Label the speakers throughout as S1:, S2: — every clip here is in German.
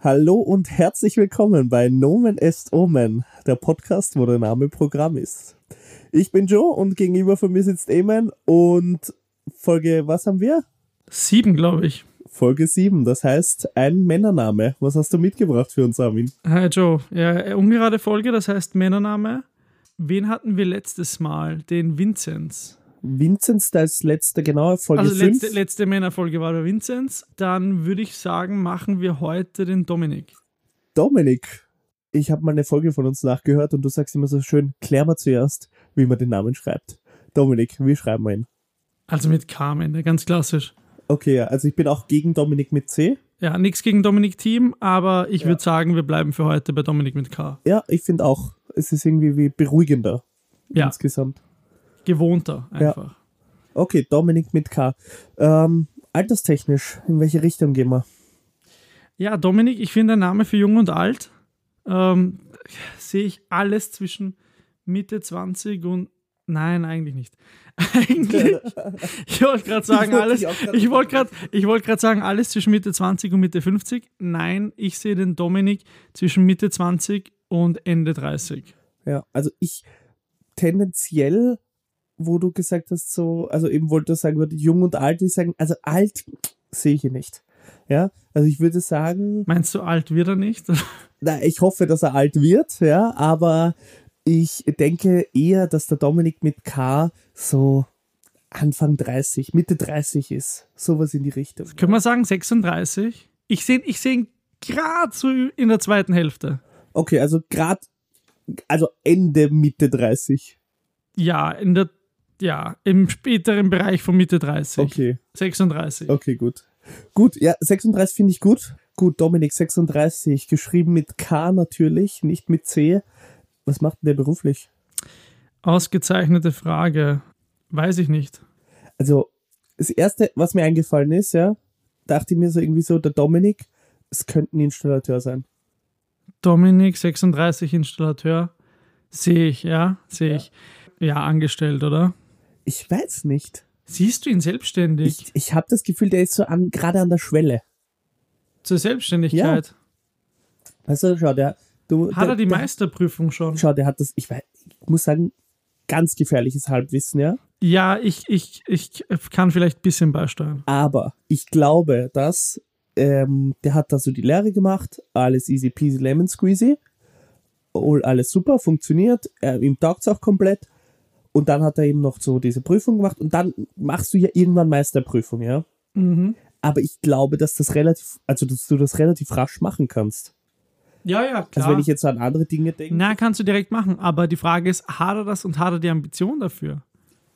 S1: Hallo und herzlich willkommen bei Nomen est Omen, der Podcast, wo der Name Programm ist. Ich bin Joe und gegenüber von mir sitzt Eamon und Folge, was haben wir?
S2: Sieben, glaube ich.
S1: Folge 7, das heißt ein Männername. Was hast du mitgebracht für uns, Armin?
S2: Hi Joe. Ja, ungerade Folge, das heißt Männername. Wen hatten wir letztes Mal? Den Vinzenz.
S1: Vinzenz, das letzte, genau, Folge
S2: Also
S1: 5.
S2: letzte, letzte Männerfolge war der Vinzenz. Dann würde ich sagen, machen wir heute den Dominik.
S1: Dominik, ich habe mal eine Folge von uns nachgehört und du sagst immer so schön, klär mal zuerst, wie man den Namen schreibt. Dominik, wie schreiben wir ihn?
S2: Also mit K am Ende, ganz klassisch.
S1: Okay, ja, also ich bin auch gegen Dominik mit C.
S2: Ja, nichts gegen Dominik Team, aber ich würde sagen, wir bleiben für heute bei Dominik mit K.
S1: Ja, ich finde auch, es ist irgendwie wie beruhigender
S2: Ja,
S1: insgesamt.
S2: gewohnter einfach.
S1: Okay, Dominik mit K. Ähm, alterstechnisch, in welche Richtung gehen wir?
S2: Ja, Dominik, ich finde der Name für jung und alt ähm, sehe ich alles zwischen Mitte 20 und. Nein, eigentlich nicht. Eigentlich, ich wollte gerade sagen,
S1: Ich wollte
S2: alles.
S1: dich auch grad-
S2: Ich wollte gerade ich wollte gerade sagen, alles zwischen Mitte 20 und Mitte 50. Nein, ich sehe den Dominik zwischen Mitte 20 und Ende 30.
S1: Ja, also ich tendenziell, wo du gesagt hast, so, also eben wollte ich sagen, würde jung und alt, ich sagen, also alt sehe ich ihn nicht. Ja, also ich würde sagen,
S2: Meinst du, alt wird er nicht?
S1: na, ich hoffe, dass er alt wird, ja, aber ich denke eher, dass der Dominik mit K so Anfang 30, Mitte 30 ist. Sowas in die Richtung.
S2: Können wir sagen 36? Ich sehe ich seh ihn gerade so in der zweiten Hälfte.
S1: Okay, also gerade, also Ende Mitte 30.
S2: Ja, in der. Ja, im späteren Bereich von Mitte 30.
S1: Okay,
S2: 36.
S1: okay, gut. Gut, ja, 36 finde ich gut. Gut, Dominik 36, geschrieben mit K natürlich, nicht mit C. Was macht denn der beruflich?
S2: Ausgezeichnete Frage. Weiß ich nicht.
S1: Also, das erste, was mir eingefallen ist, ja, dachte ich mir so irgendwie so, der Dominik, es könnte ein Installateur sein.
S2: Dominik, 36, Installateur. Sehe ich, ja, sehe ich. Ja, angestellt, oder?
S1: Ich weiß nicht.
S2: Siehst du ihn selbstständig?
S1: Ich, ich habe das Gefühl, der ist so an, gerade an der Schwelle.
S2: Zur Selbstständigkeit.
S1: Also, schau, der. Du,
S2: Hat
S1: der,
S2: er die
S1: der,
S2: Meisterprüfung schon?
S1: Schau, der hat das, ich, weiß, ich muss sagen, ganz gefährliches Halbwissen, ja.
S2: Ja, ich, ich, ich kann vielleicht ein bisschen beisteuern.
S1: Aber ich glaube, dass ähm, der hat da so die Lehre gemacht, alles easy peasy lemon squeezy, all, alles super, funktioniert, äh, ihm taugt es auch komplett. Und dann hat er eben noch so diese Prüfung gemacht und dann machst du ja irgendwann Meisterprüfung, ja.
S2: Mhm.
S1: Aber ich glaube, dass das relativ, also dass du das relativ rasch machen kannst.
S2: Ja, ja, klar.
S1: Also wenn ich jetzt an andere Dinge denke,
S2: Na, kannst du direkt machen. Aber die Frage ist, hat er das und hat er die Ambition dafür?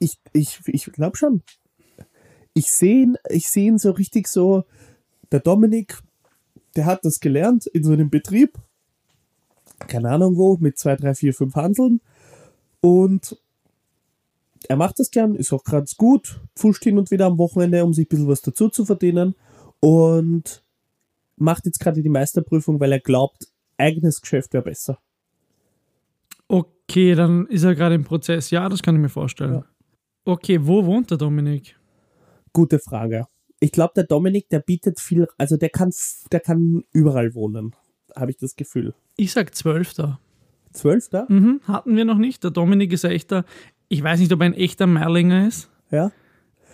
S1: ich, ich, ich glaube schon. Ich sehe ihn, ich seh ihn so richtig so, der Dominik, der hat das gelernt in so einem Betrieb, keine Ahnung wo, mit zwei, drei, vier, fünf Handeln. Und er macht das gern, ist auch ganz gut, pfuscht hin und wieder am Wochenende, um sich ein bisschen was dazu zu verdienen. Und macht jetzt gerade die Meisterprüfung, weil er glaubt, eigenes Geschäft wäre besser.
S2: Okay, dann ist er gerade im Prozess. Ja, das kann ich mir vorstellen.
S1: Ja.
S2: Okay, wo wohnt der Dominik?
S1: Gute Frage. Ich glaube, der Dominik, der bietet viel, also der kann, f- der kann überall wohnen, habe ich das Gefühl.
S2: Ich sag Zwölfter.
S1: Zwölfter?
S2: Mhm, hatten wir noch nicht. Der Dominik ist ein echter, ich weiß nicht, ob er ein echter Merlinger ist,
S1: Ja.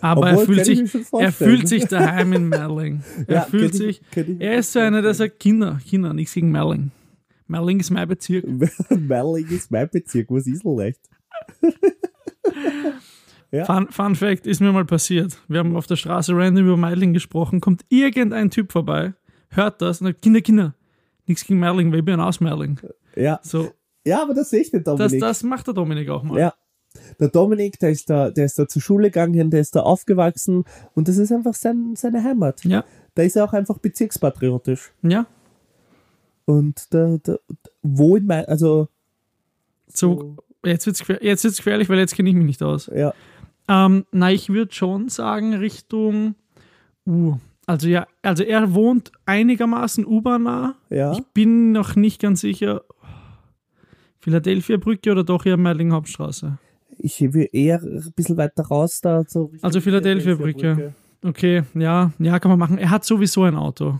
S2: aber er
S1: Obwohl,
S2: fühlt,
S1: kann ich mir
S2: sich,
S1: schon
S2: er
S1: vorstellen.
S2: fühlt sich daheim in Merling. Er
S1: Ja,
S2: fühlt
S1: kann ich-
S2: sich,
S1: kann ich mir
S2: er ist so einer, der sagt, Kinder, Kinder, nichts gegen Merling. Merling ist mein Bezirk.
S1: Merling ist mein Bezirk, was ist denn leicht? Ja.
S2: Fun, Fun Fact ist mir mal passiert. Wir haben auf der Straße random über Meidling gesprochen, kommt irgendein Typ vorbei, hört das und sagt, Kinder, Kinder, nichts gegen Meidling, weil ich bin aus Meidling.
S1: Ja,
S2: So,
S1: ja aber das sehe ich den
S2: das,
S1: Dominik.
S2: das macht der Dominik auch mal.
S1: Ja. Der Dominik, der ist da, der ist da zur Schule gegangen, der ist da aufgewachsen und das ist einfach sein, seine Heimat.
S2: Ja,
S1: Da ist er auch einfach bezirkspatriotisch.
S2: ja.
S1: Und da, da, wo in mein, also, Oh.
S2: So, jetzt wird es jetzt wird's gefährlich, weil jetzt kenne ich mich nicht aus.
S1: ja,
S2: Ähm, na, ich würde schon sagen Richtung U. Also ja, also er wohnt einigermaßen U-Bahn-nah.
S1: ja.
S2: Ich bin noch nicht ganz sicher, Philadelphia-Brücke oder doch eher Meidling-Hauptstraße.
S1: Ich will eher ein bisschen weiter raus da. So Richtung
S2: Also Philadelphia-Brücke. Okay, ja, ja, kann man machen. Er hat sowieso ein Auto.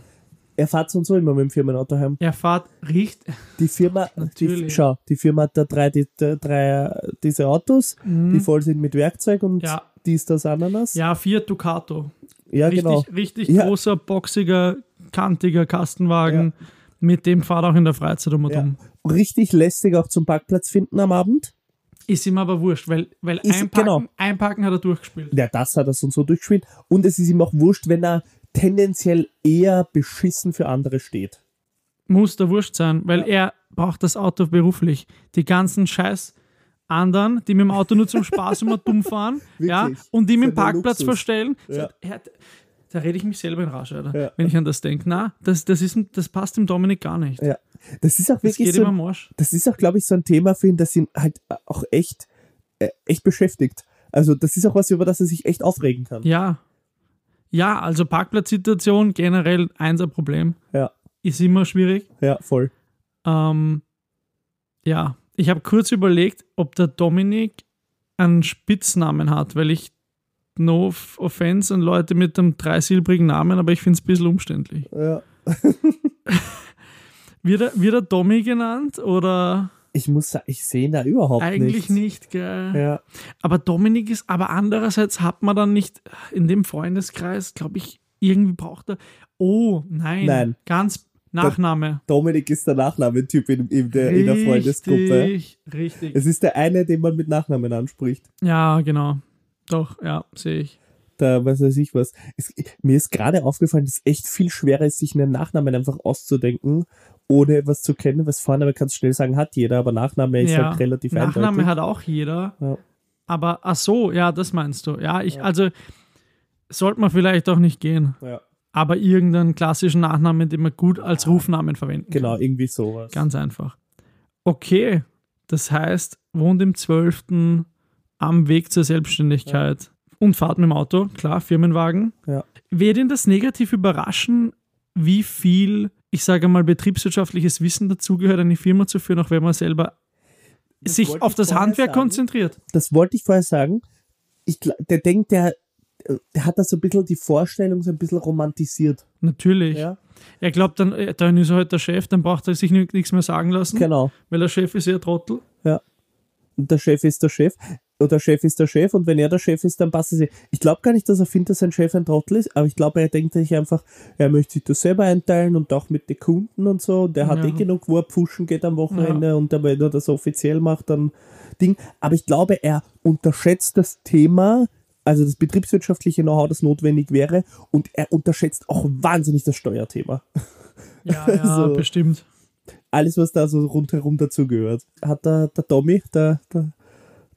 S1: Er fährt sonst so immer mit dem Firmenauto heim.
S2: Er fährt riecht.
S1: Die Firma, die,
S2: Natürlich.
S1: schau, die Firma hat da drei, die, da drei äh, diese Autos, die
S2: Mhm.
S1: voll sind mit Werkzeug und
S2: Ja.
S1: dies, das, Ananas.
S2: Ja, Fiat Ducato.
S1: Ja,
S2: richtig
S1: genau.
S2: richtig
S1: Ja.
S2: großer, boxiger, kantiger Kastenwagen. Mit dem fahrt auch in der Freizeit um und
S1: Ja.
S2: um.
S1: Richtig lästig auch zum Parkplatz finden am Abend.
S2: Ist ihm aber wurscht, weil, weil
S1: Ist-
S2: einpacken,
S1: genau.
S2: einpacken hat er durchgespielt.
S1: Ja, das hat er sonst so durchgespielt. Und es ist ihm auch wurscht, wenn er tendenziell eher beschissen für andere steht.
S2: Muss der wurscht sein, weil er braucht das Auto beruflich. Die ganzen Scheiß anderen, die mit dem Auto nur zum Spaß immer dumm fahren ja,
S1: Wirklich.
S2: und die mit dem
S1: Das ist ein
S2: Parkplatz
S1: Luxus.
S2: verstellen.
S1: Ja.
S2: Er, da rede ich mich selber in Rage, Alter,
S1: Ja.
S2: wenn ich an das denke. Na, das, das, ist, das passt dem Dominik gar nicht.
S1: Ja. Das ist auch
S2: Das
S1: wirklich
S2: geht
S1: so,
S2: ihm
S1: ein-
S2: am Arsch.
S1: das ist auch, glaube ich, so ein Thema für ihn, das ihn halt auch echt, äh, echt beschäftigt. Also, das ist auch was, über das er sich echt aufregen kann.
S2: Ja. Ja, also Parkplatzsituation generell eins ein Problem.
S1: Ja.
S2: Ist immer schwierig.
S1: Ja, voll.
S2: Ähm, ja, ich habe kurz überlegt, ob der Dominik einen Spitznamen hat, weil ich no f- offense an Leute mit einem dreisilbrigen Namen, aber ich finde es ein bisschen umständlich.
S1: Ja.
S2: Wird er, wird er Domi genannt oder
S1: Ich muss sagen, ich sehe ihn da überhaupt
S2: eigentlich
S1: nicht.
S2: nicht, gell?
S1: Ja.
S2: Aber Dominik ist, aber andererseits hat man dann nicht in dem Freundeskreis, glaube ich, irgendwie braucht er. Oh, nein.
S1: Nein.
S2: Ganz Nachname.
S1: Dominik ist der Nachnamentyp in, in, der, in der Freundesgruppe.
S2: Richtig, Richtig.
S1: Es ist der eine, den man mit Nachnamen anspricht.
S2: Ja, genau. Doch, ja, sehe ich.
S1: da was weiß ich was. Es, mir ist gerade aufgefallen, dass es echt viel schwerer ist, sich einen Nachnamen einfach auszudenken, ohne etwas zu kennen, was Vorname kannst du schnell sagen, hat jeder, aber Nachname ist
S2: Ja.
S1: halt relativ
S2: Nachname
S1: eindeutig.
S2: hat auch jeder.
S1: Ja.
S2: Aber ach so, ja, das meinst du. Ja, ich, also sollte man vielleicht auch nicht gehen.
S1: ja,
S2: Aber irgendeinen klassischen Nachnamen, den man gut als Rufnamen verwenden
S1: genau,
S2: kann.
S1: irgendwie sowas.
S2: Ganz einfach. Okay, das heißt, wohnt im 12. am Weg zur Selbstständigkeit und fahrt mit dem Auto, klar, Firmenwagen.
S1: Ja.
S2: Wird ihn das negativ überraschen, wie viel, ich sage mal, betriebswirtschaftliches Wissen dazugehört, eine Firma zu führen, auch wenn man selber
S1: Das
S2: sich
S1: wollte
S2: auf
S1: ich
S2: das
S1: vorher
S2: Handwerk
S1: sagen.
S2: konzentriert?
S1: Das wollte ich vorher sagen. Ich, gl- der denkt, der, der hat da so ein bisschen die Vorstellung so ein bisschen romantisiert.
S2: Natürlich.
S1: Ja,
S2: Er glaubt, dann, äh, dann ist er halt der Chef, dann braucht er sich ni- nichts mehr sagen lassen,
S1: genau.
S2: weil der Chef ist ja ein Trottel.
S1: Und der Chef ist der Chef. Und der Chef ist der Chef. Und wenn er der Chef ist, dann passt es. ihm. Ich glaube gar nicht, dass er findet, dass sein Chef ein Trottel ist, aber ich glaube, er denkt sich einfach, er möchte sich das selber einteilen und auch mit den Kunden und so. Und der hat
S2: Ja.
S1: eh genug, wo er pfuschen geht am Wochenende und dann, wenn er das offiziell macht, dann Ding. Aber ich glaube, er unterschätzt das Thema, also das betriebswirtschaftliche Know-how, das notwendig wäre. Und er unterschätzt auch wahnsinnig das Steuerthema.
S2: Ja, ja,
S1: So.
S2: bestimmt.
S1: alles, was da so rundherum dazugehört. Hat der, der Tommy, der, der,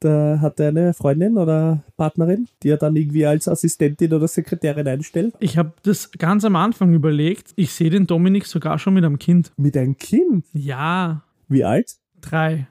S1: der hat er eine Freundin oder Partnerin, die er dann irgendwie als Assistentin oder Sekretärin einstellt.
S2: Ich habe das ganz am Anfang überlegt. Ich sehe den Dominik sogar schon mit einem Kind.
S1: Mit einem Kind?
S2: Ja,
S1: Wie alt?
S2: drei.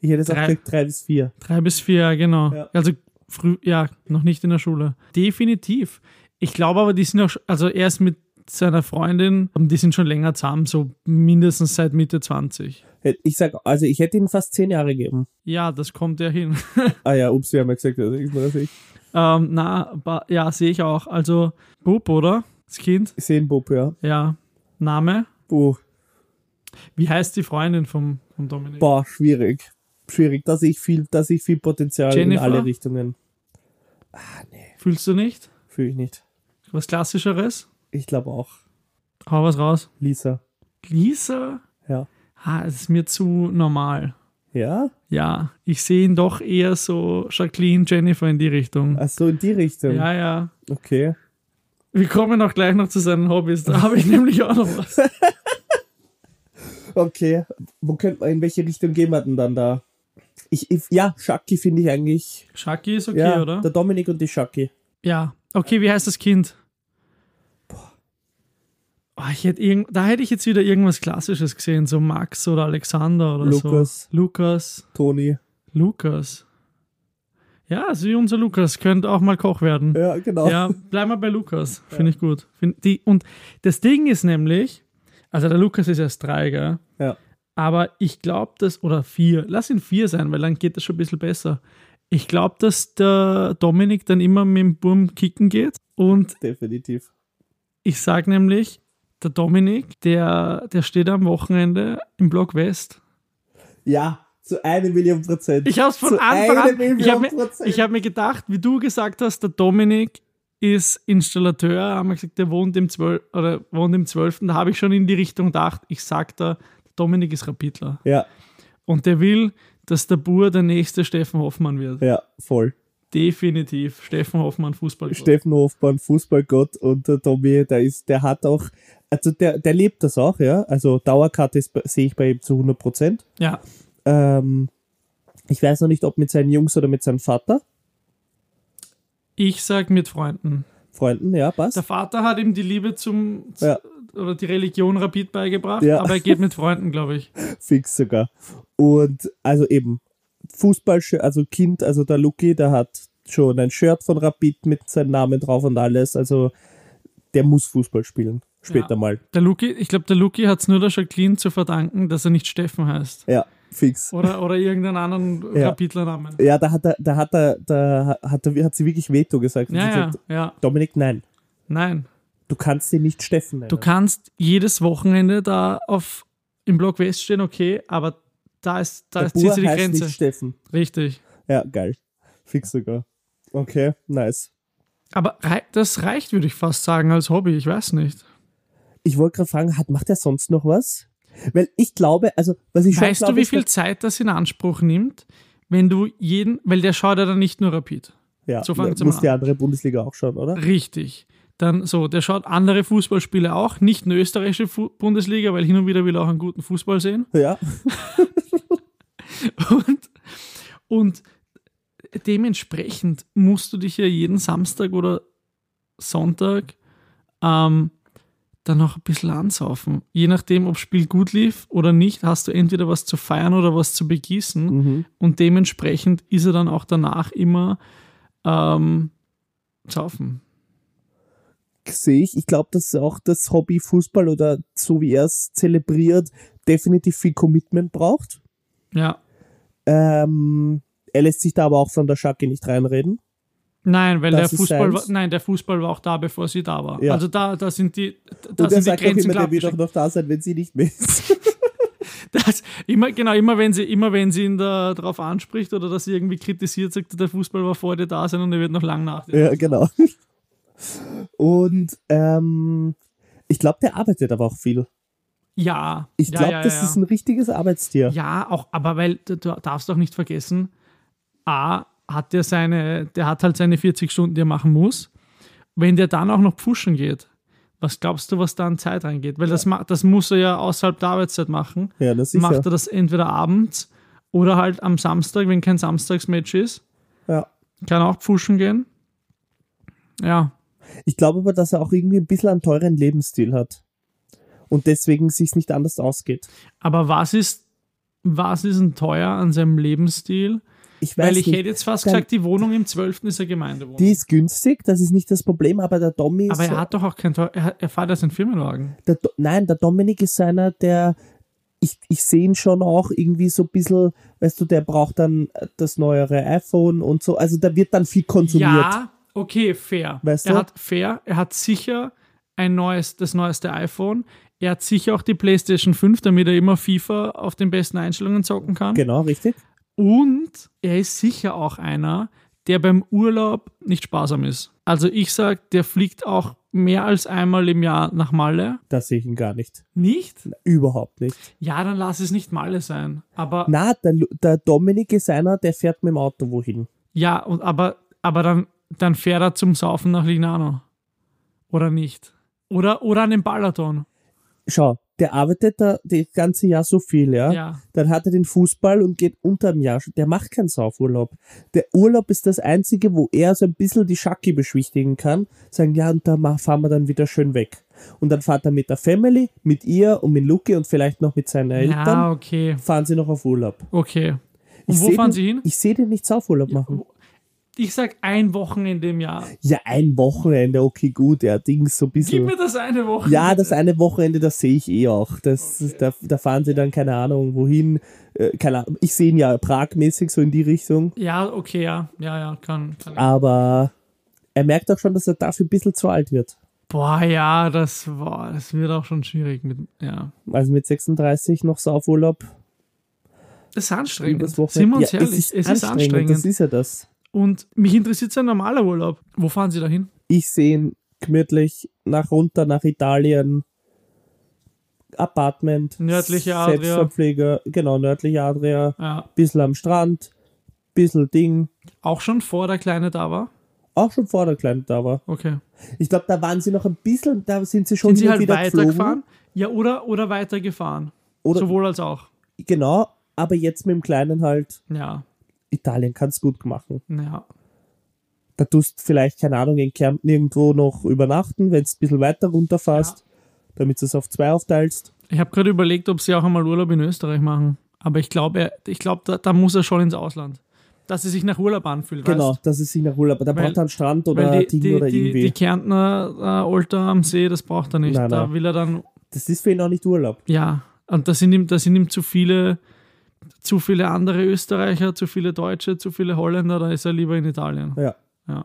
S1: Ich hätte jetzt auch
S2: Drei.
S1: gesagt, drei bis vier.
S2: Drei bis vier, genau.
S1: Ja.
S2: Also früh, ja, noch nicht in der Schule. Definitiv. Ich glaube aber, die sind auch, sch- also er ist mit seiner Freundin, die sind schon länger zusammen, so mindestens seit Mitte 20.
S1: Hätt- Ich sag, also ich hätte ihnen fast zehn Jahre gegeben.
S2: Ja, das kommt ja hin.
S1: Ah ja, ups, wir haben ja gesagt, das ist nur ich.
S2: Ähm, na, ba- ja, sehe ich auch. Also, Bub, oder? Das Kind?
S1: Sehen Bob, ja.
S2: Ja. Name?
S1: Puh.
S2: Wie heißt die Freundin vom, vom Dominik?
S1: Boah, schwierig. Schwierig, da sehe ich viel, da sehe ich viel Potenzial
S2: Jennifer?
S1: in alle Richtungen.
S2: Fühlst du nicht?
S1: Fühle ich nicht.
S2: Was Klassischeres?
S1: Ich glaube auch.
S2: Hau was raus.
S1: Lisa.
S2: Lisa?
S1: Ja.
S2: Ah, es ist mir zu normal.
S1: Ja?
S2: Ja, ich sehe ihn doch eher so Jacqueline, Jennifer in die Richtung.
S1: Ach so, in die Richtung.
S2: Ja, ja.
S1: Okay.
S2: Wir kommen auch gleich noch zu seinen Hobbys. Da habe ich nämlich auch noch was.
S1: Okay, wo könnte man, in welche Richtung gehen wir denn dann da? Ich, ich, ja, Schacki finde ich eigentlich.
S2: Shaki ist okay,
S1: ja,
S2: oder?
S1: der Dominik und die Schacki.
S2: Ja. Okay, wie heißt das Kind? Oh, ich hätte irgend, da hätte ich jetzt wieder irgendwas Klassisches gesehen, so Max oder Alexander oder
S1: Lukas.
S2: so. Lukas.
S1: Toni.
S2: Lukas. Ja, so wie unser Lukas. Könnte auch mal Koch werden.
S1: Ja, genau.
S2: Ja, bleib mal bei Lukas. Finde ich gut. Find die, und das Ding ist nämlich, also der Lukas ist erst drei, gell?
S1: Ja.
S2: Aber ich glaube, dass, oder vier, lass ihn vier sein, weil dann geht das schon ein bisschen besser. Ich glaube, dass der Dominik dann immer mit dem Burm kicken geht. Und
S1: Definitiv.
S2: ich sage nämlich, der Dominik, der, der steht am Wochenende im Block West.
S1: Ja, zu einem Million Prozent.
S2: Ich habe es von
S1: Zu einem
S2: Anfang an. Ich habe
S1: Million
S2: mir,
S1: Prozent.
S2: ich hab mir gedacht, wie du gesagt hast, der Dominik ist Installateur. Haben wir gesagt, der wohnt im 12. oder wohnt im 12. Da habe ich schon in die Richtung gedacht. Ich sag da, der Dominik ist Rapidler.
S1: Ja,
S2: Und der will, dass der Bur der nächste Steffen Hoffmann wird.
S1: ja, voll.
S2: Definitiv. Steffen Hoffmann, Fußball.
S1: Steffen Hofmann, Fußballgott und der Tommy, der ist, der hat auch, also der, der lebt das auch, ja. Also Dauerkarte ist bei- sehe ich bei ihm zu 100 Prozent.
S2: Ja,
S1: Ähm, ich weiß noch nicht, ob mit seinen Jungs oder mit seinem Vater,
S2: ich sag mit Freunden.
S1: Freunden, ja,
S2: Der
S1: passt.
S2: Vater hat ihm die Liebe zum
S1: Ja.
S2: oder die Religion Rapid beigebracht,
S1: Ja.
S2: aber er geht mit Freunden, glaube ich.
S1: Fix sogar. Und also eben, Fußball, also Kind, also der Lucky, der hat schon ein Shirt von Rapid mit seinem Namen drauf und alles. Also der muss Fußball spielen. Später
S2: Ja.
S1: mal.
S2: Der Luki, ich glaube, der Luki hat es nur der Jacqueline zu verdanken, dass er nicht Steffen heißt.
S1: Ja, fix.
S2: Oder, oder irgendeinen anderen
S1: Ja.
S2: Kapitlernamen.
S1: Ja, da hat er, da hat er, da hat er, hat sie wirklich Veto gesagt. Und sie
S2: Ja, ja,
S1: gesagt,
S2: ja.
S1: Dominik, nein,
S2: Nein.
S1: du kannst ihn nicht Steffen nennen.
S2: Du kannst jedes Wochenende da auf, im Block West stehen, okay, aber da ist, da
S1: Der
S2: ist zieht
S1: Bur
S2: sie die
S1: heißt nicht
S2: Grenze.
S1: Steffen.
S2: Richtig.
S1: Ja, geil. Fix sogar. Okay, nice.
S2: Aber rei das reicht, würde ich fast sagen, als Hobby. Ich weiß nicht.
S1: Ich wollte gerade fragen, hat, macht er sonst noch was? Weil ich glaube, also, was ich schon
S2: weißt
S1: glaube,
S2: du, wie
S1: ist,
S2: viel Zeit das in Anspruch nimmt, wenn du jeden, weil der schaut ja dann nicht nur Rapid.
S1: ja,
S2: so fangt's
S1: muss
S2: immer
S1: die andere Bundesliga auch schauen, oder?
S2: Richtig. Dann so, der schaut andere Fußballspiele auch, nicht eine österreichische Fu Bundesliga, weil hin und wieder will er auch einen guten Fußball sehen.
S1: Ja,
S2: Und, und dementsprechend musst du dich ja jeden Samstag oder Sonntag ähm, dann noch ein bisschen ansaufen. Je nachdem, ob Spiel gut lief oder nicht, hast du entweder was zu feiern oder was zu begießen.
S1: mhm.
S2: Und dementsprechend ist er dann auch danach immer ähm, saufen.
S1: sehe ich. Ich glaube, dass auch das Hobby Fußball oder so wie er es zelebriert, definitiv viel Commitment braucht.
S2: Ja.
S1: Ähm, er lässt sich da aber auch von der Schacke nicht reinreden.
S2: Nein, weil der
S1: Das ist
S2: Fußball, war,
S1: seins.
S2: nein, der Fußball war auch da, bevor sie da war.
S1: Ja.
S2: Also da, da sind die,
S1: Und
S2: da
S1: er
S2: sind die
S1: sagt auch
S2: Grenzen
S1: immer,
S2: klar.
S1: der wird auch
S2: abgesteckt.
S1: noch da sein, wenn sie nicht mehr ist.
S2: Das, immer, genau, immer wenn sie, immer wenn sie ihn da drauf anspricht oder dass sie irgendwie kritisiert, sagt er, der Fußball war vor dir da sein und er wird noch lang nach dir.
S1: ja, genau. Und ähm, ich glaube, der arbeitet aber auch viel.
S2: Ja.
S1: Ich
S2: ja,
S1: glaube,
S2: ja,
S1: das
S2: ja.
S1: ist ein richtiges Arbeitstier.
S2: Ja, auch, aber weil du du darfst doch nicht vergessen, A hat der seine, der hat halt seine 40 Stunden, die er machen muss. Wenn der dann auch noch pushen geht, was glaubst du, was da an Zeit reingeht? Weil das, ma- das muss er ja außerhalb der Arbeitszeit machen.
S1: Ja, das ist
S2: Macht
S1: ja.
S2: er das entweder abends oder halt am Samstag, wenn kein Samstagsmatch ist.
S1: ja.
S2: Kann auch pushen gehen. Ja,
S1: Ich glaube aber, dass er auch irgendwie ein bisschen einen teuren Lebensstil hat. Und deswegen sich nicht anders ausgeht.
S2: aber was ist, was ist denn teuer an seinem Lebensstil?
S1: Ich weiß
S2: Weil ich
S1: nicht.
S2: hätte jetzt fast
S1: Dann-
S2: gesagt, die Wohnung im 12. ist eine Gemeindewohnung.
S1: Die ist günstig, das ist nicht das Problem, aber der Tommy ist.
S2: Aber er hat doch auch kein Tor. Er, hat- er fährt ja seinen Firmenwagen.
S1: der, Do- nein, der Dominik ist einer, der. Ich, ich sehe ihn schon auch irgendwie so ein bisschen, weißt du, der braucht dann das neuere iPhone und so. Also da wird dann viel konsumiert.
S2: Ja, okay, fair.
S1: Weißt
S2: er
S1: du?
S2: hat fair. Er hat sicher ein neues, das neueste iPhone. Er hat sicher auch die PlayStation 5, damit er immer FIFA auf den besten Einstellungen zocken kann.
S1: Genau, richtig.
S2: Und er ist sicher auch einer, der beim Urlaub nicht sparsam ist. Also ich sag, der fliegt auch mehr als einmal im Jahr nach Malle.
S1: Das sehe ich ihn gar nicht.
S2: Nicht?
S1: Überhaupt nicht.
S2: Ja, dann lass es nicht Malle sein. Aber
S1: Na, der, Lu- der Dominik ist einer, der fährt mit dem Auto wohin.
S2: Ja, und, aber, aber dann, dann fährt er zum Saufen nach Lignano. Oder nicht? Oder, oder an den Balaton.
S1: Schau, der arbeitet da das ganze Jahr so viel, ja?
S2: Ja.
S1: Dann hat er den Fußball und geht unterm Jahr. schon- Der macht keinen Saufurlaub. Der Urlaub ist das einzige, wo er so ein bisschen die Schacki beschwichtigen kann. Sagen, ja, und da ma- fahren wir dann wieder schön weg. Und dann fährt er mit der Family, mit ihr und mit Luki und vielleicht noch mit seinen Eltern.
S2: Ja, okay.
S1: Fahren sie noch auf Urlaub.
S2: Okay. Und
S1: Ich
S2: wo
S1: seh
S2: fahren
S1: den-
S2: sie hin?
S1: Ich sehe den nicht Saufurlaub machen.
S2: Ich sag ein Wochenende im Jahr.
S1: Ja, ein Wochenende, okay, gut, ja, Dings, so ein
S2: Gib
S1: bisschen.
S2: mir das eine Woche.
S1: Ja, das eine Wochenende, das sehe ich eh auch. Das, da, da fahren sie dann, keine Ahnung, wohin. Äh, keine Ahnung. Ich sehe ihn ja pragmäßig so in die Richtung.
S2: Ja, okay, ja. Ja, ja, kann. kann.
S1: Aber er merkt auch schon, dass er dafür ein bisschen zu alt wird.
S2: Boah, ja, das, boah, das wird auch schon schwierig mit, ja.
S1: Also mit 36 noch Saufurlaub.
S2: Das ist anstrengend.
S1: Übers
S2: Äh, Sind wir
S1: Wochenende.
S2: uns ehrlich, es ist anstrengend.
S1: Das ist ja das.
S2: Und mich interessiert sein normaler Urlaub. Wo fahren Sie da hin?
S1: Ich sehe ihn gemütlich nach runter nach Italien. Apartment.
S2: Nördliche Adria.
S1: Selbstverpfleger. Genau, nördliche Adria.
S2: Ja,
S1: Bissl am Strand. Bissl Ding.
S2: auch schon vor der Kleine da war?
S1: Auch schon vor der Kleinen da war.
S2: Okay.
S1: Ich glaube, da waren sie noch ein bisschen, da sind sie schon
S2: Sind Sie
S1: hin und
S2: halt
S1: wieder
S2: weitergefahren?
S1: geflogen.
S2: Ja, oder, oder weitergefahren.
S1: Oder,
S2: Sowohl als auch.
S1: Genau, aber jetzt mit dem Kleinen halt,
S2: Ja,
S1: Italien kann es gut machen.
S2: ja.
S1: Da tust vielleicht, keine Ahnung, in Kärnten irgendwo noch übernachten, wenn es ein bisschen weiter runterfährst, damit du es auf zwei aufteilst.
S2: Ich habe gerade überlegt, ob Sie auch einmal Urlaub in Österreich machen. Aber ich glaube, ich glaub, da, da muss er schon ins Ausland. Dass er sich nach Urlaub anfühlt.
S1: Genau,
S2: Weißt?
S1: das ist in der Ruhe, aber da
S2: Weil-
S1: braucht er einen Strand oder
S2: Weil
S1: ein
S2: die,
S1: Ding
S2: die,
S1: oder
S2: die,
S1: irgendwie.
S2: die Kärntner äh, Olter am See, das braucht er nicht.
S1: Nein,
S2: da
S1: nein.
S2: will er dann,
S1: das ist für ihn auch nicht Urlaub.
S2: ja. Und da sind ihm, da sind ihm zu viele, zu viele andere Österreicher, zu viele Deutsche, zu viele Holländer, da ist er lieber in Italien.
S1: Ja.
S2: Ja.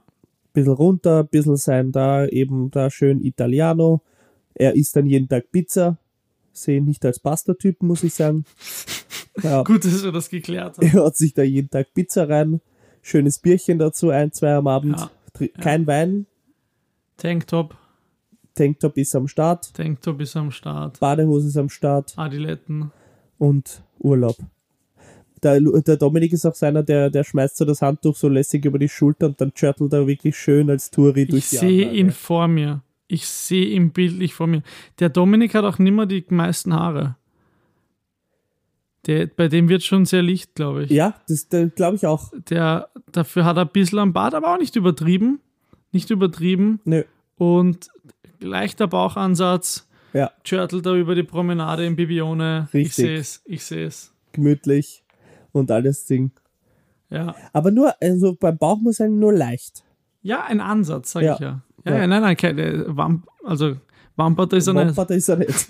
S1: Bisschen runter, bisschen sein da, eben da schön Italiano. Er isst dann jeden Tag Pizza. Sehe ihn nicht als Pasta-Typen, muss ich sagen. Ja.
S2: Gut, dass wir das geklärt haben.
S1: Er haut sich da jeden Tag Pizza rein, schönes Bierchen dazu, ein, zwei am Abend,
S2: Ja,
S1: Tri- kein Wein,
S2: Tanktop,
S1: Tanktop ist am Start,
S2: Tanktop ist am Start.
S1: Badehose ist am Start
S2: Adiletten.
S1: und Urlaub. Der, Lu- der Dominik ist auch seiner, der, der schmeißt so das Handtuch so lässig über die Schulter und dann turtelt er wirklich schön als Touri durch
S2: Ich
S1: die halt,
S2: sehe
S1: Anlage.
S2: ihn vor mir. Ich sehe ihn bildlich vor mir. Der Dominik hat auch nimmer die meisten Haare. Der, bei dem wird schon sehr licht, glaube ich.
S1: Ja, das glaube ich auch.
S2: Der, dafür hat er ein bisschen am Bart, aber auch nicht übertrieben. Nicht übertrieben.
S1: Nö.
S2: Und leichter Bauchansatz.
S1: Ja,
S2: Turtelt da über die Promenade in Bibione.
S1: Richtig.
S2: Ich sehe es. Ich sehe es.
S1: gemütlich und alles Ding.
S2: Ja.
S1: Aber nur, also beim Bauch muss er nur leicht.
S2: ja, ein Ansatz, sage
S1: Ja.
S2: ich ja. Ja,
S1: Ja.
S2: ja. Nein, nein, keine Wamp, also Wampert ist er nicht.
S1: Wamperter ist er nicht.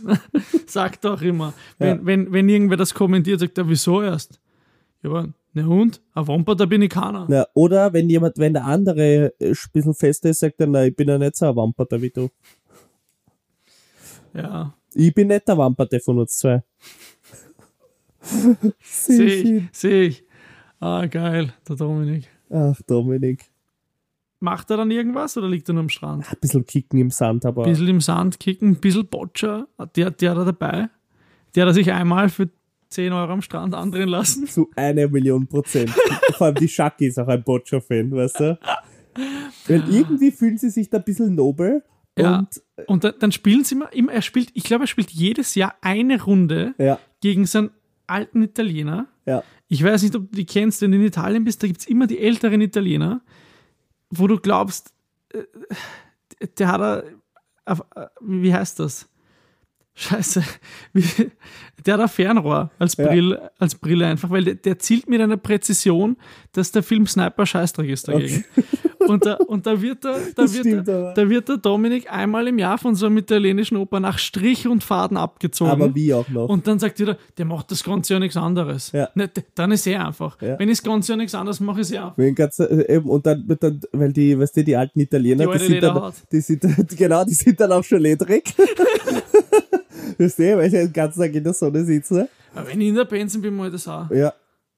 S2: sagt auch immer, wenn,
S1: Ja.
S2: wenn, wenn irgendwer das kommentiert, sagt er, wieso erst? Ja, aber ne Hund, ein Wamper, da bin ich keiner.
S1: Na, oder wenn jemand, wenn der andere äh, ein bisschen fester ist, sagt er, nein, ich bin ja nicht so ein Wamperter wie du.
S2: Ja,
S1: Ich bin nicht der Wamperter von uns zwei.
S2: sehe
S1: Sichi.
S2: ich, sehe ich. Ah, geil, der Dominik.
S1: Ach, Dominik.
S2: Macht er dann irgendwas oder liegt er nur am Strand?
S1: Ein bisschen kicken im Sand, aber
S2: Ein bisschen im Sand kicken, ein bisschen Boccia, der, der da dabei. Der hat er sich einmal für 10 Euro am Strand andrehen lassen.
S1: zu einer Million Prozent. Vor allem die Shaki ist auch ein Boccia-Fan, weißt du? Weil irgendwie fühlen sie sich da ein bisschen nobel
S2: Ja.
S1: und
S2: Und dann, dann spielen sie immer, immer, er spielt, ich glaube, er spielt jedes Jahr eine Runde
S1: ja,
S2: gegen seinen alten Italiener.
S1: ja.
S2: Ich weiß nicht, ob du die kennst, wenn du in Italien bist, da gibt es immer die älteren Italiener, wo du glaubst, äh, der hat er, auf- äh, wie heißt das? Scheiße, wie- der hat ein Fernrohr als
S1: Ja.
S2: Brille, als Brille einfach, weil der, der zielt mit einer Präzision, dass der Film Sniper Scheißdreck ist dagegen. Und, da, und da, wird der, da,
S1: Das
S2: wird
S1: stimmt
S2: der,
S1: aber.
S2: da wird der Dominik einmal im Jahr von so einem italienischen Oper nach Strich und Faden abgezogen.
S1: Aber wie auch noch.
S2: Und dann sagt jeder, der macht das Ganze ja nichts anderes.
S1: Ja.
S2: Ne, d- dann ist er einfach.
S1: Ja.
S2: Wenn ich das Ganze ja nichts anderes mache, ist eh er einfach.
S1: Wenn ganz, äh, eben, und dann, mit dann, weil die, weißt du, die alten Italiener,
S2: Die
S1: die,
S2: alte
S1: sind dann,
S2: Lederhaut.
S1: die sind, genau, die sind dann auch schon ledrig. weißt du, weil sie den ganzen Tag in der Sonne sitzen.
S2: Aber wenn ich in der Pension bin, mal das auch.
S1: Ja.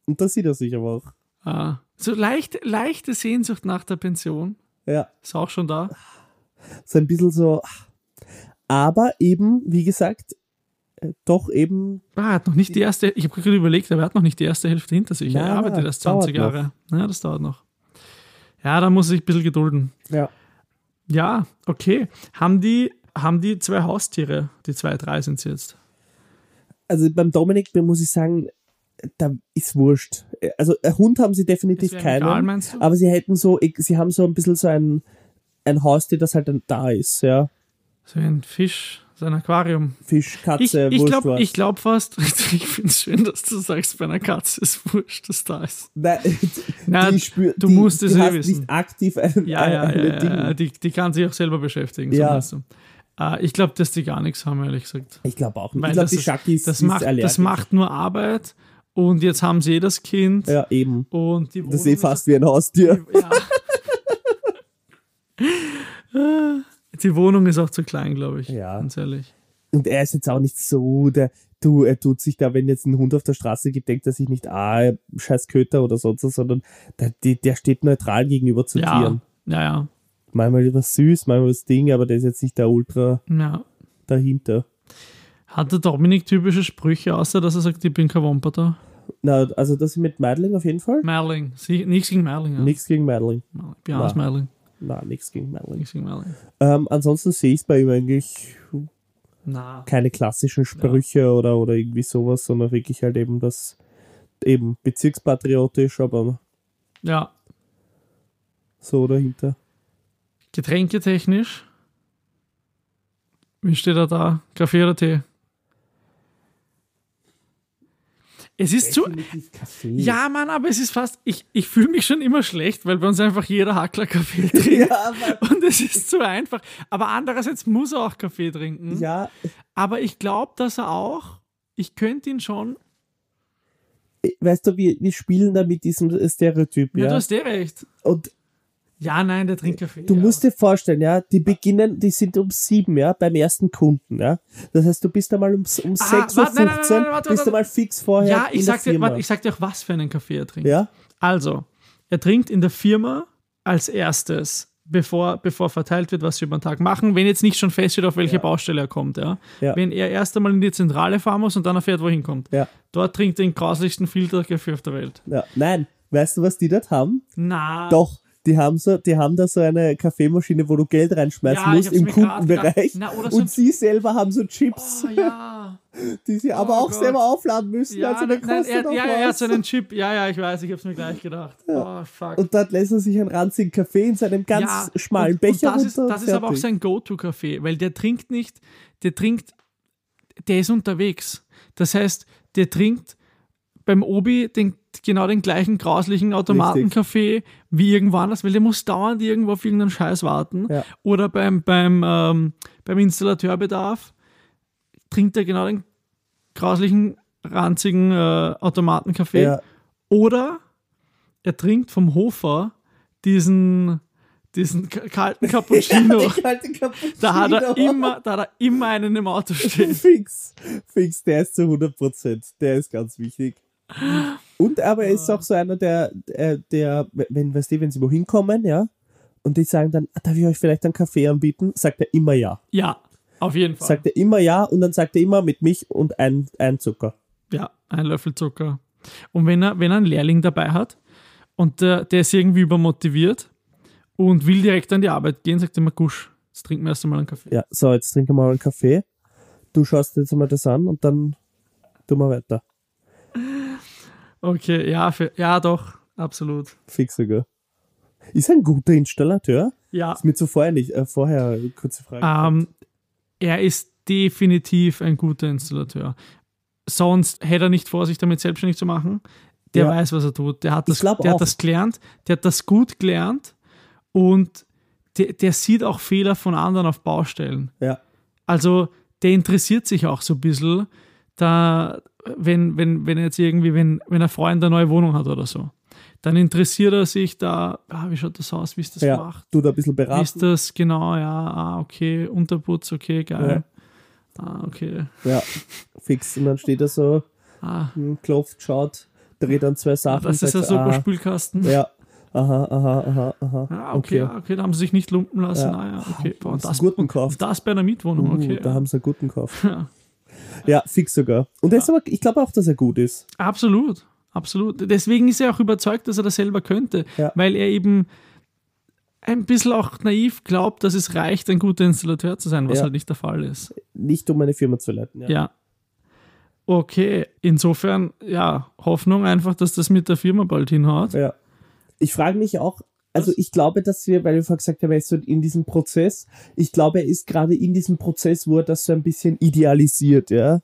S1: Und da sieht er sich aber auch.
S2: Ah. So leicht, leichte Sehnsucht nach der Pension
S1: Ja.
S2: ist auch schon da.
S1: So ein bisschen so. ach. Aber eben, wie gesagt, äh, doch eben,
S2: Ah, Er hat noch nicht die erste, ich habe gerade überlegt, aber er hat noch nicht die erste Hälfte hinter sich.
S1: Na,
S2: er arbeitet erst
S1: dauert
S2: 20 Jahre. Ja, das dauert noch. Ja, da muss er sich ein bisschen gedulden.
S1: ja.
S2: Ja, okay. Haben die, haben die zwei Haustiere? Die zwei, drei sind es jetzt.
S1: Also beim Dominik, da muss ich sagen, da ist wurscht. Also ein Hund haben sie definitiv
S2: Ist wem egal,
S1: keinen. Ah.
S2: meinst du?
S1: Aber sie hätten so, sie haben so ein bisschen so ein, ein Haustier, das halt dann da ist, ja.
S2: So wie ein Fisch, so ein Aquarium.
S1: Fisch,
S2: Ich,
S1: Katze,
S2: ich
S1: Wurst
S2: glaube
S1: was.
S2: ich glaub fast, ich finde es schön, dass du sagst, bei einer Katze ist wurscht, dass da ist.
S1: Nein,
S2: Na,
S1: die spür,
S2: du
S1: die,
S2: musst
S1: die
S2: es eh
S1: hast
S2: wissen.
S1: nicht aktiv ein,
S2: Ja, ja,
S1: ein, ein
S2: ja,
S1: Ding.
S2: ja, ja, die, die kann sich auch selber beschäftigen.
S1: Ja.
S2: So meinst du. Äh, ich glaube, dass die gar nichts haben, ehrlich gesagt.
S1: Ich glaube auch nicht.
S2: Weil
S1: ich glaube,
S2: das
S1: die
S2: ist-
S1: Schacki ist,
S2: Das
S1: ist
S2: macht,
S1: allergisch.
S2: das macht nur Arbeit und jetzt haben sie eh das Kind
S1: ja, eben.
S2: und die
S1: Das ist
S2: Wohnung
S1: eh fast wie ein Haustier.
S2: Ja. Die Wohnung ist auch zu klein, glaube ich.
S1: Ja.
S2: Ganz ehrlich.
S1: Und er ist jetzt auch nicht so, der, du, er tut sich da, wenn jetzt ein Hund auf der Straße gibt, denkt er sich nicht, ah, scheiß Köter oder sonst was, sondern der, die- der steht neutral gegenüber zu
S2: ja.
S1: Tieren.
S2: Ja, ja.
S1: Manchmal was süß, manchmal was Ding, aber der ist jetzt nicht der Ultra
S2: Ja.
S1: dahinter.
S2: Hat der Dominik typische Sprüche, außer dass er sagt, ich bin kein Wompeter?
S1: Na, also das mit Madeline auf jeden Fall.
S2: Merling. Sie, nichts gegen Merling. Ja.
S1: Nichts gegen Madeline.
S2: Merling. Ich bin auch aus
S1: Nein.
S2: Merling.
S1: Na, nichts gegen Madeline.
S2: Nichts gegen Merling.
S1: Ähm, ansonsten sehe ich bei ihm eigentlich
S2: Na.
S1: keine klassischen Sprüche oder, oder irgendwie sowas, sondern wirklich halt eben das eben bezirkspatriotisch, aber
S2: Ja.
S1: so dahinter.
S2: Getränketechnisch. Wie steht er da? Kaffee oder Tee? Es ist zu.
S1: Kaffee.
S2: Ja, Mann, aber es ist fast. Ich, ich fühle mich schon immer schlecht, weil bei uns einfach jeder Hackler Kaffee trinkt.
S1: Ja, aber,
S2: Und es ist zu einfach. Aber andererseits muss er auch Kaffee trinken.
S1: ja,
S2: Aber ich glaube, dass er auch. Ich könnte ihn schon.
S1: weißt du, wir, wir spielen da mit diesem Stereotyp,
S2: Ja, du
S1: ja.
S2: hast eh recht.
S1: Und
S2: Ja, nein, der trinkt Kaffee.
S1: du
S2: ja.
S1: musst dir vorstellen, ja, die beginnen, die sind um sieben, ja, beim ersten Kunden, ja. Das heißt, du bist einmal um, um
S2: Ah,
S1: 6.15 Uhr,
S2: warte, nein, nein, nein, nein, warte,
S1: bist
S2: warte.
S1: einmal fix vorher
S2: Ja,
S1: in
S2: ich
S1: der
S2: sag, dir,
S1: Firma.
S2: warte, ich sag dir auch, was für einen Kaffee er trinkt.
S1: ja,
S2: Also, er trinkt in der Firma als erstes, bevor, bevor verteilt wird, was wir über den Tag machen, wenn jetzt nicht schon feststeht, auf welche
S1: Ja.
S2: Baustelle er kommt. Ja?
S1: Ja.
S2: Wenn er erst einmal in die Zentrale fahren muss und dann erfährt, wohin kommt.
S1: ja,
S2: Dort trinkt er den grauslichsten Filterkaffee auf der Welt.
S1: ja. Nein, weißt du, was die dort haben?
S2: Na,
S1: Doch, die haben, so, die haben da so eine Kaffeemaschine, wo du Geld reinschmeißen
S2: Ja, ich
S1: musst
S2: hab's
S1: im
S2: mir grad
S1: Kundenbereich.
S2: gedacht. Na, oder so ein-
S1: und sie selber haben so Chips,
S2: Oh, ja.
S1: die sie aber
S2: oh
S1: auch
S2: Gott.
S1: selber aufladen müssen.
S2: ja,
S1: also der
S2: nein, nein,
S1: kostet
S2: er,
S1: auch
S2: ja, ja, er hat
S1: was.
S2: so einen Chip. Ja, ja, ich weiß, ich hab's mir gleich gedacht. Oh, fuck.
S1: Und dort lässt er sich einen ranzigen Kaffee in seinem ganz schmalen
S2: und,
S1: Becher
S2: und das ist,
S1: runter.
S2: das ist aber auch
S1: fertig.
S2: sein Go-To-Kaffee, weil der trinkt nicht, der trinkt, der ist unterwegs. Das heißt, der trinkt beim Obi den, genau den gleichen grauslichen Automatenkaffee wie irgendwo anders, weil der muss dauernd irgendwo auf irgendeinen Scheiß warten.
S1: Ja.
S2: Oder beim, beim, ähm, beim Installateurbedarf trinkt er genau den grauslichen, ranzigen äh, Automatenkaffee.
S1: Ja,
S2: Oder er trinkt vom Hofer diesen, diesen k- kalten Cappuccino.
S1: ich halte Cappuccino.
S2: Genau. da, hat er immer, da hat er immer einen im Auto stehen.
S1: Fix, fix, der ist zu 100%. Der ist ganz wichtig. Und aber er ist auch so einer, der, der, der wenn, weißt du, wenn sie wohin kommen, ja, und die sagen dann, "Ah, darf ich euch vielleicht einen Kaffee anbieten? Sagt er immer ja.
S2: Ja, auf jeden Fall.
S1: Sagt er immer ja und dann sagt er immer mit mich und ein, ein Zucker.
S2: ja, ein Löffel Zucker. Und wenn er, wenn er einen Lehrling dabei hat und der, der ist irgendwie übermotiviert und will direkt an die Arbeit gehen, sagt er immer, Gusch, jetzt trinken wir erst einmal einen Kaffee.
S1: Ja, so, jetzt trinken wir mal einen Kaffee. Du schaust dir jetzt mal das an und dann tun wir weiter.
S2: Okay, ja, für, ja, doch, absolut.
S1: Fix sogar. Ist ein guter Installateur?
S2: Ja.
S1: Ist mir zuvor nicht, äh, vorher kurze Frage.
S2: Ähm, er ist definitiv ein guter Installateur. Sonst hätte er nicht vor, sich damit selbstständig zu machen. Der
S1: Ja.
S2: weiß, was er tut. Der hat
S1: Ich
S2: das,
S1: glaub
S2: der
S1: auch.
S2: hat das gelernt. Der hat das gut gelernt. Und der, der sieht auch Fehler von anderen auf Baustellen.
S1: Ja,
S2: Also der interessiert sich auch so ein bisschen, da, wenn, wenn, wenn jetzt irgendwie, wenn, wenn ein Freund eine neue Wohnung hat oder so. Dann interessiert er sich da, ah, wie schaut das aus, wie ist das
S1: ja.
S2: gemacht?
S1: Du da ein bisschen
S2: Wie Ist
S1: beraten.
S2: das genau, ja, ah, okay, Unterputz, okay, geil. Ah, okay.
S1: Ja, fix. Und dann steht er so,
S2: Ah,
S1: hm, klopft, schaut, dreht an zwei Sachen.
S2: das ist ein
S1: sagt,
S2: super
S1: ah,
S2: Spülkasten. Ja,
S1: Ja, aha, aha, aha, aha.
S2: okay, ah, okay, da haben sie sich nicht lumpen lassen.
S1: Ja.
S2: Ah, ja, okay. Boah,
S1: Haben
S2: und
S1: sie
S2: das,
S1: einen guten gekauft.
S2: und das bei einer Mietwohnung,
S1: Uh,
S2: ah, okay.
S1: Da haben sie einen guten Kauf.
S2: ja.
S1: Ja, fix sogar. Und er ist aber, ich glaube auch, dass er gut ist.
S2: Absolut, absolut. Deswegen ist er auch überzeugt, dass er das selber könnte,
S1: Ja.
S2: weil er eben ein bisschen auch naiv glaubt, dass es reicht, ein guter Installateur zu sein, was
S1: Ja.
S2: halt nicht der Fall ist.
S1: Nicht um eine Firma zu leiten.
S2: Ja. Okay, insofern, ja, Hoffnung einfach, dass das mit der Firma bald hinhaut.
S1: Ja. Ich frage mich auch, also ich glaube, dass wir, weil wir vorher gesagt haben, er ist so in diesem Prozess, ich glaube, er ist gerade in diesem Prozess, wo er das so ein bisschen idealisiert, ja.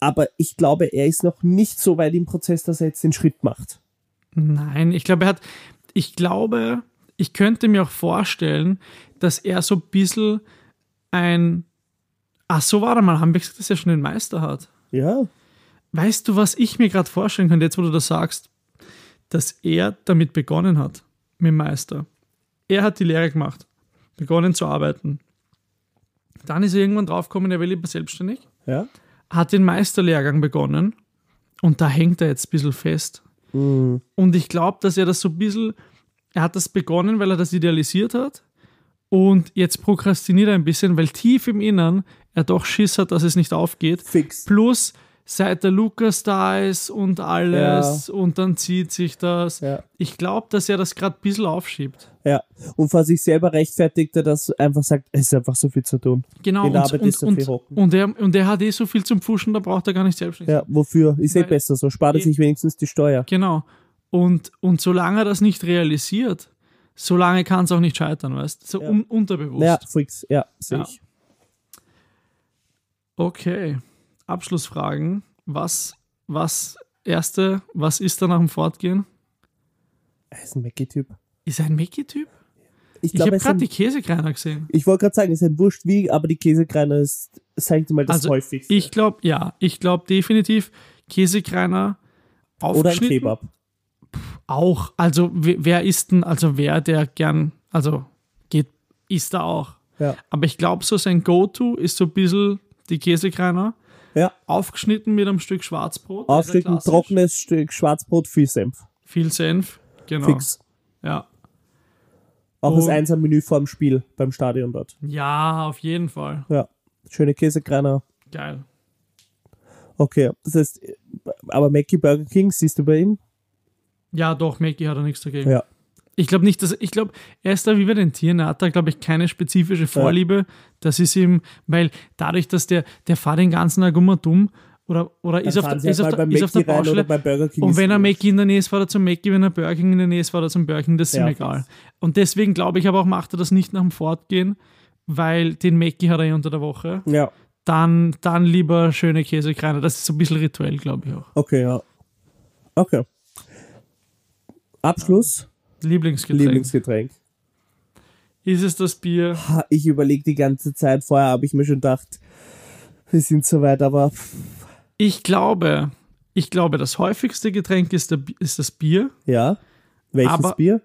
S1: Aber ich glaube, er ist noch nicht so weit im Prozess, dass er jetzt den Schritt macht.
S2: Nein, ich glaube, er hat, ich glaube, ich könnte mir auch vorstellen, dass er so ein bisschen ein, ach so, warte mal, haben wir gesagt, dass er schon den Meister hat?
S1: Ja.
S2: Weißt du, was ich mir gerade vorstellen könnte, jetzt wo du das sagst, dass er damit begonnen hat, mit dem Meister. Er hat die Lehre gemacht, begonnen zu arbeiten. Dann ist er irgendwann draufgekommen, er will lieber selbstständig.
S1: Ja?
S2: Hat den Meisterlehrgang begonnen und da hängt er jetzt ein bisschen fest.
S1: Mhm.
S2: Und ich glaube, dass er das so ein bisschen, er hat das begonnen, weil er das idealisiert hat. Und jetzt prokrastiniert er ein bisschen, weil tief im Innern er doch Schiss hat, dass es nicht aufgeht.
S1: Fix.
S2: Plus, seit der Lukas da ist und alles und dann zieht sich das.
S1: Ja.
S2: Ich glaube, dass er das gerade ein bisschen aufschiebt.
S1: Ja. Und vor sich selber rechtfertigt er das, einfach sagt, es ist einfach so viel zu tun.
S2: Genau.
S1: In der
S2: Und,
S1: Arbeit
S2: und,
S1: ist er viel
S2: und,
S1: hocken.
S2: und, er, und er hat eh so viel zum Pfuschen, da braucht er gar nicht selbstständig
S1: Ja, wofür? Ist eh
S2: Weil-
S1: besser, so spart er sich wenigstens die Steuer.
S2: Genau. Und, und solange er das nicht realisiert, solange kann es auch nicht scheitern, weißt du? So
S1: Ja.
S2: un unterbewusst.
S1: Ja, fix. Ja, sehe
S2: Ja.
S1: ich.
S2: Okay. Abschlussfragen. Was, was, erste, was ist da nach dem Fortgehen?
S1: Er ist ein Mackie-Typ.
S2: Ist er ein Mickey-Typ?
S1: Ich
S2: Ich,
S1: glaube, er
S2: habe
S1: ist ein
S2: gerade die Käsekreiner gesehen.
S1: Ich wollte gerade sagen, es ist ein Wurscht wie, aber die Käsekreiner ist, sag ich dir mal, das
S2: Also,
S1: häufigste.
S2: Ich glaube, ja. Ich glaube definitiv Käsekreiner
S1: Oder ein
S2: aufgeschnitten.
S1: Kebab.
S2: auch. Also we- wer isst denn, also wer, der gern, also geht, isst da auch.
S1: Ja.
S2: Aber ich glaube, so sein Go-To ist so ein bisschen die Käsekreiner.
S1: Ja.
S2: Aufgeschnitten mit einem Stück Schwarzbrot. also
S1: Aufstück ein
S2: klassisch.
S1: trockenes Stück Schwarzbrot, viel Senf.
S2: Viel Senf. Genau.
S1: Fix.
S2: Ja.
S1: Auch das
S2: Und-
S1: Einsam-Menü vorm Spiel beim Stadion dort.
S2: ja, auf jeden Fall.
S1: Ja. Schöne Käsekreiner.
S2: Geil.
S1: Okay, das heißt, aber Mackie Burger King, siehst du bei ihm?
S2: Ja, doch, Mackie hat er nichts dagegen.
S1: Ja.
S2: Ich glaube nicht, dass ich glaube, er ist da wie bei den Tieren, er hat da, glaube ich, keine spezifische Vorliebe. Das ist ihm, weil dadurch, dass der, der fährt den ganzen Tag immer dumm oder, oder ist, auf
S1: fahren
S2: der,
S1: sie
S2: ist, auf
S1: halt
S2: der,
S1: mal
S2: ist auf der
S1: Mackie rein oder
S2: Baustelle.
S1: bei Burger King
S2: Und
S1: ist
S2: wenn er
S1: gut.
S2: Mackie in der Nähe ist, fährt er zum Mackie, wenn er Burger King in der Nähe ist, fährt er zum Burger King, das ist
S1: Ja,
S2: ihm egal. Und deswegen glaube ich aber auch, macht er das nicht nach dem Fortgehen, weil den Mackie hat er ja unter der Woche.
S1: Ja.
S2: Dann, dann lieber schöne Käsekreiner. Das ist so ein bisschen rituell, glaube ich auch.
S1: Okay, ja. Okay. Abschluss,
S2: Lieblingsgetränk.
S1: Lieblingsgetränk.
S2: ist es das Bier?
S1: Ha, Ich überlege die ganze Zeit, vorher habe ich mir schon gedacht, wir sind soweit, aber
S2: Ich glaube, ich glaube, das häufigste Getränk ist, der, Bi- ist das Bier.
S1: Ja. Welches
S2: Aber-
S1: Bier?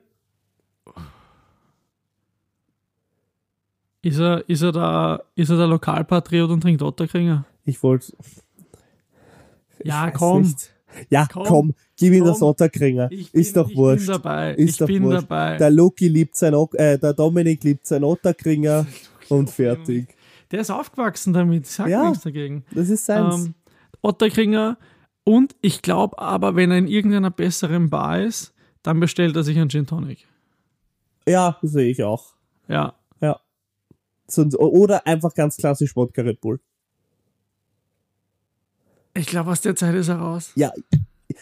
S2: Ist er, ist er, da, ist er der Lokalpatriot und trinkt Otterkringer?
S1: Ich wollte.
S2: Ja, komm.
S1: Ja, komm,
S2: Komm.
S1: gib ihm das
S2: Komm.
S1: Otterkringer.
S2: Ich
S1: Ist doch
S2: ich
S1: wurscht.
S2: Bin dabei.
S1: Ist
S2: ich
S1: doch
S2: bin
S1: wurscht.
S2: dabei.
S1: Der Loki liebt sein, O- äh, der Dominik liebt sein Otterkringer und fertig.
S2: Der ist aufgewachsen damit. Ich sag
S1: Ja.
S2: nichts dagegen.
S1: Das ist seins.
S2: Ähm, Otterkringer. Und ich glaube aber, wenn er in irgendeiner besseren Bar ist, dann bestellt er sich einen Gin Tonic.
S1: ja, das sehe ich auch.
S2: Ja.
S1: Sonst, o- oder einfach ganz klassisch Wodka Red Bull.
S2: Ich glaube, aus der Zeit ist er raus.
S1: Ja,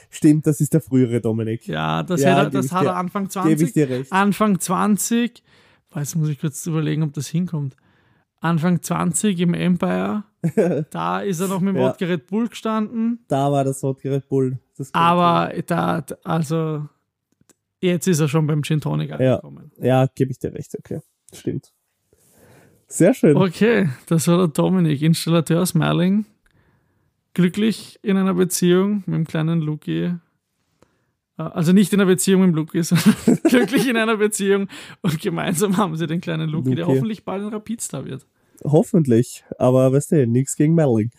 S1: stimmt, das ist der frühere Dominik.
S2: Ja, Ah. das,
S1: Ja,
S2: hat, er,
S1: geb ich
S2: das hat
S1: dir-
S2: er Anfang
S1: Gebe ich
S2: 20.
S1: dir recht.
S2: Anfang 20. Boah, Jetzt muss ich kurz überlegen, ob das hinkommt. Anfang 20 im Empire. da ist er noch mit dem
S1: Ja.
S2: Wodka Red Bull gestanden.
S1: Da war das Wodka Red Bull. Das kommt
S2: Aber da, also, jetzt ist er schon beim Gin Tonic angekommen.
S1: hin. Ja, gebe ich dir recht, okay. Stimmt. Sehr schön.
S2: Okay, das war der Dominik, Installateur aus Merling. Glücklich in einer Beziehung mit dem kleinen Luki. Äh, Also nicht in einer Beziehung mit dem Luki, sondern glücklich in einer Beziehung. Und gemeinsam haben sie den kleinen Luki, der
S1: Luki.
S2: hoffentlich bald ein Rapidstar wird.
S1: Hoffentlich. Aber weißt du, nichts gegen Meddling.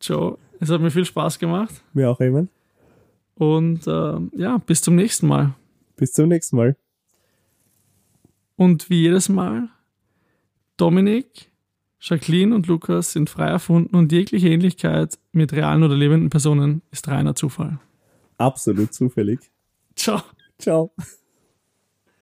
S2: Joe, es hat mir viel Spaß gemacht.
S1: Mir auch immer.
S2: Und ähm, ja, bis zum nächsten Mal.
S1: Bis zum nächsten Mal.
S2: Und wie jedes Mal, Dominik, Jacqueline und Lukas sind frei erfunden und jegliche Ähnlichkeit mit realen oder lebenden Personen ist reiner Zufall.
S1: Absolut zufällig.
S2: Ciao.
S1: Ciao.